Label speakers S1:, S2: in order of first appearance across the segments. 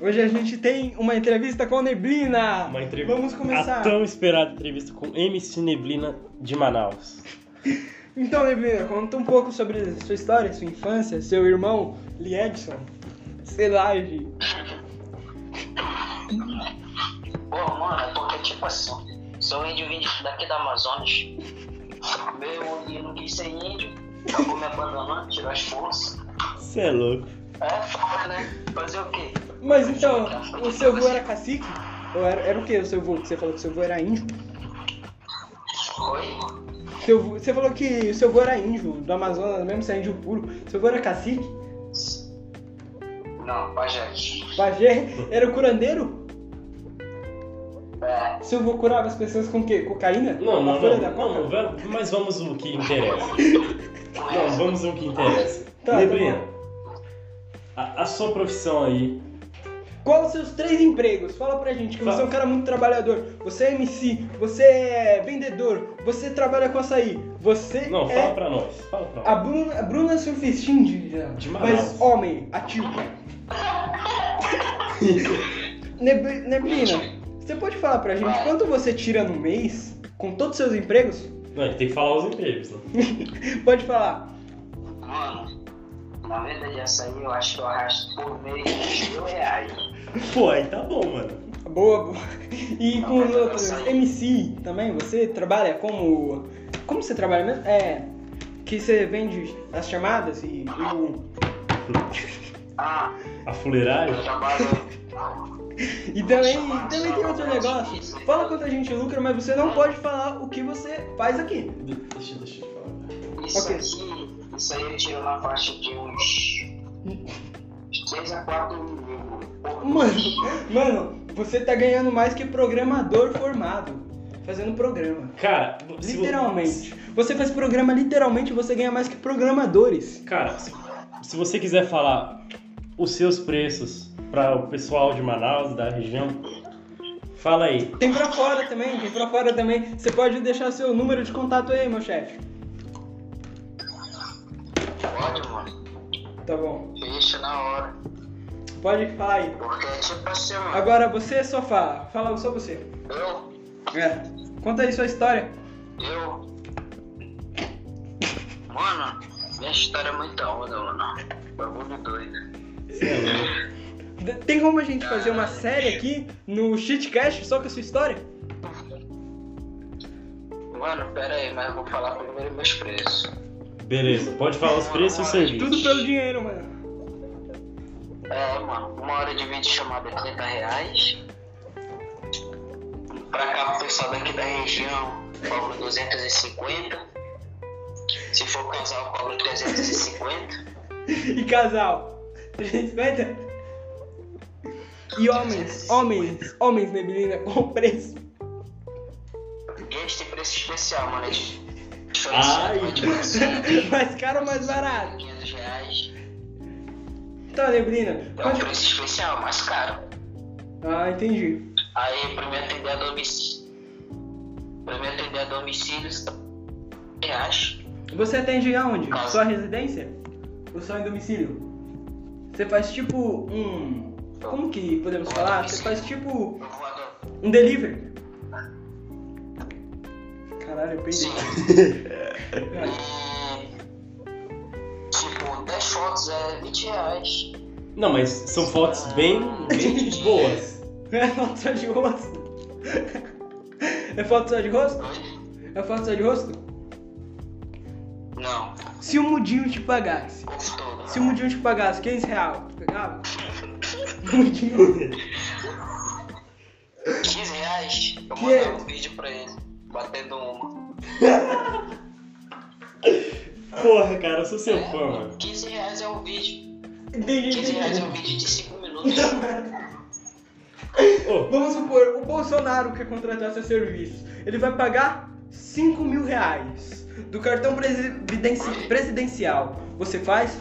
S1: Hoje a gente tem uma entrevista com a Neblina.
S2: Uma entrevista.
S1: Vamos começar.
S2: A tão esperada entrevista com MC Neblina de Manaus.
S1: Então, Neblina, conta um pouco sobre a sua história, sua infância, seu irmão, Liedson, sei lá, Gi.
S3: Pô, mano, é porque, tipo assim, sou índio vim de- daqui da Amazonas. Meu irmão que não quis ser índio, acabou me abandonando, tirou as forças.
S2: Você é louco.
S3: É foda, né? Fazer o quê?
S1: Mas então, o seu avô era cacique? Ou era, era o que o seu avô? Que você falou que seu avô era índio?
S3: Oi?
S1: Seu avô- você falou que o seu avô era índio, do Amazonas, mesmo se é índio puro. Seu avô era cacique?
S3: Não, Pajete.
S1: Pajé? Era o curandeiro?
S3: É,
S1: Seu avô curava as pessoas com o quê? Cocaína?
S2: Não,
S1: A
S2: não,
S1: folha
S2: não,
S1: da coca?
S2: não, vamos- mas vamos o que interessa. Não, vamos o que interessa.
S1: Tá, tá
S2: Neblina,
S1: bom.
S2: a, a sua profissão aí,
S1: Qual os seus três empregos? Fala pra gente, que
S2: Fala.
S1: você é um cara muito trabalhador. Você é MC, você é vendedor, você trabalha com açaí, você
S2: não,
S1: é
S2: fala pra nós. Fala pra
S1: a
S2: nós.
S1: Bruna, a Bruna surfista indígena,
S2: De
S1: mas
S2: Manaus.
S1: homem, ativo. Neb- Neblina, você pode falar pra gente quanto você tira no mês, com todos os seus empregos?
S2: Não, tem que falar os empregos. Né?
S1: Pode falar.
S3: Mano, na venda de açaí eu acho que eu arrasto por mês uns mil reais.
S2: Pô, aí tá bom, mano.
S1: Boa, boa. E com os
S3: Trabalho
S1: outros,
S3: açaí.
S1: MC também, você trabalha como. Como você trabalha mesmo? É. Que você vende as chamadas e. o-
S3: Ah,
S2: A fuleirária?
S3: eu trabalho.
S1: E, também, e também tem outro negócio.
S2: né?
S1: Fala quanto a gente lucra, mas você não pode falar o que você faz aqui.
S2: De- Deixa, deixa eu te falar.
S3: Isso
S1: Ok.
S3: aqui, isso aí eu tiro na faixa de uns. 3 a 4 mil. por
S1: Mano,
S3: mês.
S1: mano, você tá ganhando mais que programador formado. Fazendo programa.
S2: Cara, se vo-
S1: Literalmente. Você faz programa literalmente e você ganha mais que programadores.
S2: Cara, se, se você quiser falar os seus preços para o pessoal de Manaus, da região, fala aí.
S1: Tem pra fora também, tem pra fora também. Você pode deixar seu número de contato aí, meu chefe.
S3: Pode, mano.
S1: Tá bom.
S3: Fecha na hora.
S1: Pode falar aí.
S3: Porque é tipo assim, mano.
S1: Agora você só fala. Fala só você.
S3: Eu,
S1: É. Conta aí sua história.
S3: eu. Mano, minha história é muita onda, mano. Bagulho doido.
S2: Você é louco.
S1: D- Tem como a gente fazer uma série aqui no Cheatcast só com a sua história?
S3: Mano, pera aí, mas eu vou falar primeiro meus preços.
S2: Beleza, pode falar os preços e o serviço.
S1: Tudo pelo dinheiro, mano.
S3: É, mano, uma hora de vídeo chamada é 30 reais. Pra cá, pro pessoal daqui da região, cobra 250. Se for casal, cobra 350.
S1: E casal? 350? E homens, homens, homens, Neblina, com preço.
S3: E eles têm preço especial, mano. Eles
S2: Ai.
S3: diferenciam, tipo assim,
S1: Mais caro ou mais barato?
S3: 500 reais.
S1: Então, Neblina,
S3: É um
S1: pode...
S3: preço especial, mais caro.
S1: Ah, entendi.
S3: Aí, pra me atender a domicílio. Pra me atender a domicílio, R$ 100 reais.
S1: Você atende aonde? Sua residência? Ou só em domicílio? Você faz tipo um. Como que podemos
S3: é
S1: falar? Você faz tipo
S3: Então, Eu vou adorar.
S1: um delivery. Caralho, eu perdi.
S3: Sim. E, é, tipo, 10 fotos é 20 reais.
S2: Não, mas são fotos bem, bem boas.
S1: É foto só de rosto? É foto só de rosto?
S3: Oi?
S1: É foto só de rosto?
S3: Não,
S1: Se o mudinho te pagasse,
S3: corpo todo.
S1: se um o mudinho te pagasse 15 real, tu pegava? Mudinho.
S3: 15 reais, eu
S1: Que
S3: mandava
S1: é?
S3: um vídeo pra ele, batendo uma.
S2: Porra, cara, eu sou seu fã, mano.
S3: 15 reais é um vídeo.
S1: Entendi,
S3: 15 reais é um
S1: entendi.
S3: vídeo de 5 minutos.
S2: Ô,
S1: Vamos supor, o Bolsonaro quer contratar seu serviço. Ele vai pagar 5 mil reais do cartão presidenci- presidencial. Você faz?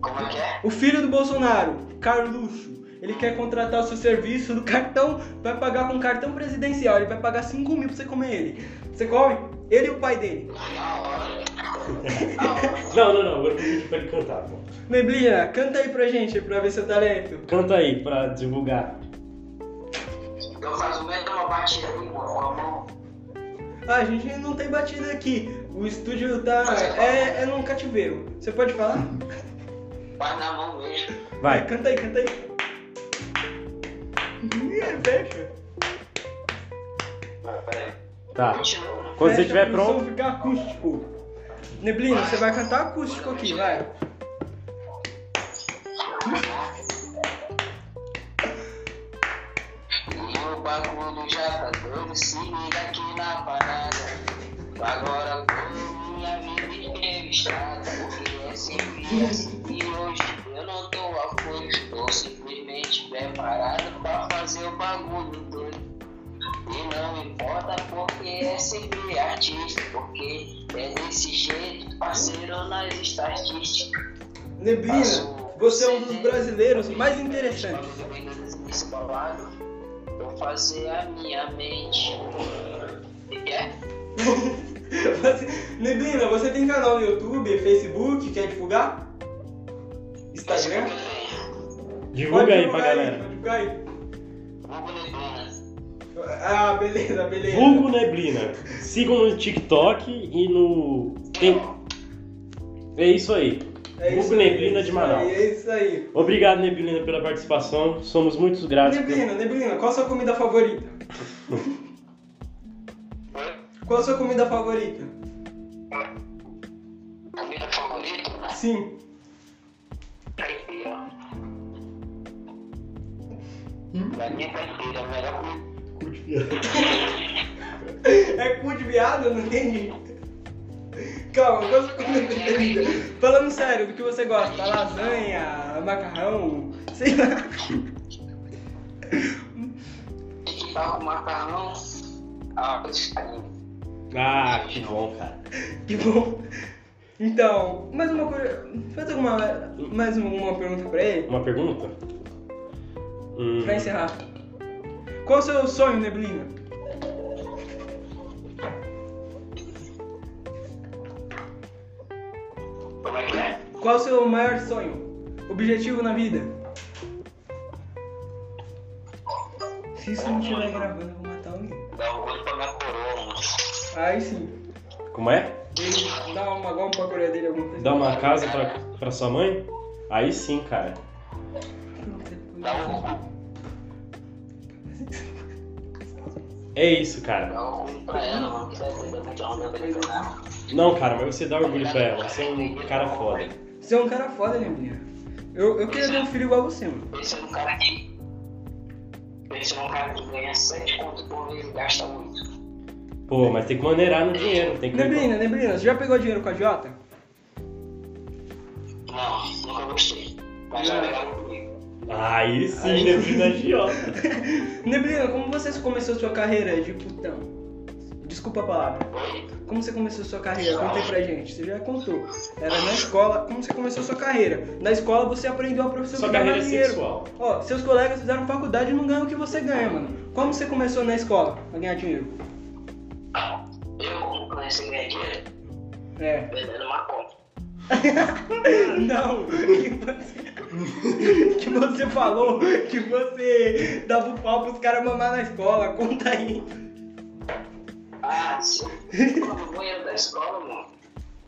S3: Como é que é?
S1: O filho do Bolsonaro, Carluxo, ele quer contratar o seu serviço do cartão, vai pagar com cartão presidencial, ele vai pagar 5 mil pra você comer ele. Você come? Ele e o pai dele.
S3: Na hora.
S2: Não, não, não. Agora eu vou pedir pra ele cantar, pô.
S1: Neblina, canta aí pra gente, pra ver seu talento.
S2: Canta aí pra divulgar.
S3: Eu faço meio de uma batida aí, pô, com a mão.
S1: Ah, a gente não tem batida aqui. O estúdio tá. É, é num cativeiro. Você pode falar?
S3: Faz na mão mesmo.
S1: É,
S2: Vai.
S1: Canta aí, canta aí. Ih, é, fecha.
S3: Vai, peraí.
S2: Tá.
S3: Continua.
S2: Quando você
S1: Fecha
S2: estiver
S1: pro som
S2: pronto.
S1: ficar acústico. Neblina, você vai cantar acústico aqui, vai.
S3: E o bagulho já tá doido, se liga aqui na parada. Agora com minha vida entrevistada, porque é simples. E hoje eu não tô afoito, tô simplesmente preparado pra fazer o bagulho doido. E não importa porque é sempre artista, porque é desse jeito, parceiro nas estatísticas.
S1: Neblina, você é um dos brasileiros mais interessantes.
S3: Descolado, Vou fazer a minha mente. É?
S1: Você- Neblina, você tem canal no YouTube, Facebook, quer divulgar? Instagram?
S2: Divulga aí pra
S1: divulgar
S2: galera.
S1: pode divulgar aí.
S3: Google Neblina.
S1: Ah, beleza, beleza.
S2: Vulgo Neblina. Sigam no TikTok e no. Tem... É isso aí. Vulgo
S1: aí,
S2: Neblina
S1: É
S2: de
S1: isso aí,
S2: Manaus.
S1: É isso aí.
S2: Obrigado, Neblina, pela participação. Somos muito gratos.
S1: Neblina, Neblina, qual a sua comida favorita? Qual a sua comida favorita?
S3: Comida favorita?
S1: Sim.
S3: Caipira. Pra mim é caipira, a melhor comida.
S1: É cu de viado? Não entendi. Calma, qual a sua comida preferida? Falando sério, do que você gosta? Lasanha, macarrão, sei lá.
S3: E que tal com macarrão? Ah, pescarinho.
S2: Ah, que bom, cara.
S1: Que bom. Então, mais uma coisa. Faz alguma. Mais uma pergunta pra ele?
S2: Uma pergunta? Hum,
S1: Pra encerrar. Qual o seu sonho, Neblina?
S3: Como é que é?
S1: Qual o seu maior sonho? Objetivo na vida? Se isso não estiver gravando, eu vou matar alguém.
S3: Dá orgulho pra minha coroa, mano.
S1: Aí sim.
S2: Como é?
S1: Ele dá uma goma pra coreia dele alguma coisa.
S2: Dar uma casa pra, pra sua mãe? Aí sim, cara.
S3: Dá orgulho.
S2: É isso, cara.
S3: Dá orgulho pra ela, mano. é um Que né? dá orgulho pra ela, não dá orgulho pra ela.
S2: Não, cara, mas você dá orgulho pra ela. Você é um cara foda.
S1: Você é um cara foda, Neblina. Eu, eu queria ter um filho igual você, mano.
S3: Pensa num é um cara que. Pensa num cara que ganha 7 conto por mês e gasta muito.
S2: Pô, mas tem que maneirar no dinheiro. Tem que
S1: Neblina, Neblina, Né, você já pegou dinheiro com a Jota?
S3: Não, nunca gostei. Mas já legal comigo.
S2: Aí sim, Neblina é idiota.
S1: Neblina, como você começou sua carreira de putão? Desculpa a palavra.
S3: Oi?
S1: Como você começou sua carreira? Conta aí pra gente. Você já contou. Era na escola. Como você começou sua carreira? Na escola você aprendeu a profissão
S2: Sua
S1: de
S2: carreira é
S1: caminhoneiro.
S2: sexual.
S1: Ó, seus colegas fizeram faculdade e não ganham o que você ganha, mano. Como você começou na escola a ganhar dinheiro?
S3: Eu, como comecei a ganhar dinheiro,
S1: É.
S3: vendendo maconha.
S1: Não, que você, que você falou que você dava o pau pros caras mamar na escola. Conta aí.
S3: Ah, sim. Pô, no banheiro da escola, mano.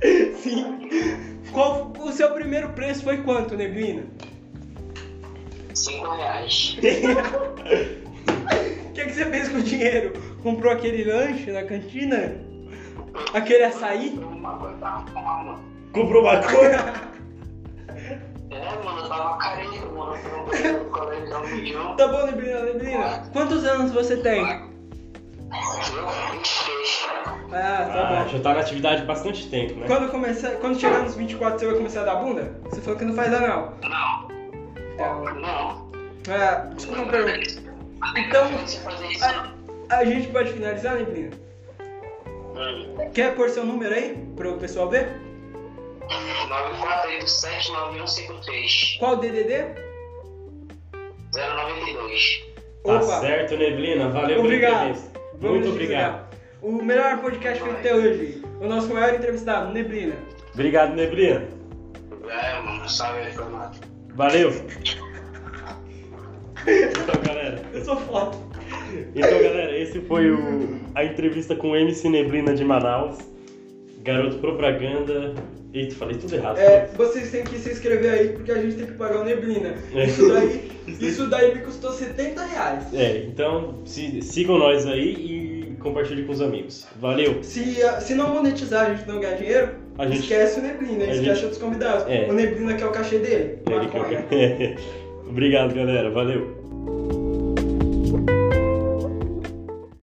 S1: Sim. Qual o seu primeiro preço foi quanto, Neblina?
S3: 5 reais.
S1: O que, que você fez com o dinheiro? Comprou aquele lanche na cantina? Aquele açaí?
S3: Uma coisa tava com uma mano.
S2: Comprou maconha?
S3: É, mano, eu tava careca, mano. Eu tava com o colégio da União.
S1: Tá bom, Neblina, Neblina. Quantos anos você tem?
S3: Eu, 26.
S1: Ah,
S2: Ah,
S1: tá bom.
S2: já tá na atividade há bastante tempo, né?
S1: Quando, começar, quando chegar nos 24, você vai começar a dar bunda? Você falou que não faz anal.
S3: Não,
S1: Tá.
S3: não.
S1: Ah, desculpa a pergunta. Então,
S3: Você fazer isso?
S1: a, a gente pode finalizar, Neblina?
S3: Hum.
S1: Quer pôr seu número aí, pro pessoal ver?
S3: 948795153.
S1: Qual o DDD?
S3: 092.
S2: Tá certo, Neblina. Valeu
S1: Obrigado.
S2: pela entrevista.
S1: Vamos
S2: Muito
S1: divulgar.
S2: obrigado.
S1: o melhor podcast feito até hoje. O nosso maior entrevistado, Neblina.
S2: Obrigado, Neblina.
S3: É, mano, salve aí, formato.
S2: Valeu. Então, galera.
S1: Eu sou foda.
S2: Então, galera, esse foi o- a entrevista com o MC Neblina de Manaus, garoto propaganda. Eita, falei tudo errado.
S1: É, vocês têm que se inscrever aí porque a gente tem que pagar o Neblina.
S2: É.
S1: Isso daí, isso daí me custou 70 reais.
S2: É, então se- sigam nós aí e compartilhem com os amigos. Valeu!
S1: Se, ah, se não monetizar, a gente não ganhar dinheiro,
S2: A gente.
S1: esquece o Neblina,
S2: a
S1: esquece
S2: gente-
S1: os convidados.
S2: É.
S1: O Neblina quer o cachê dele.
S2: Ele que eu-
S1: maconha.
S2: Obrigado, galera. Valeu!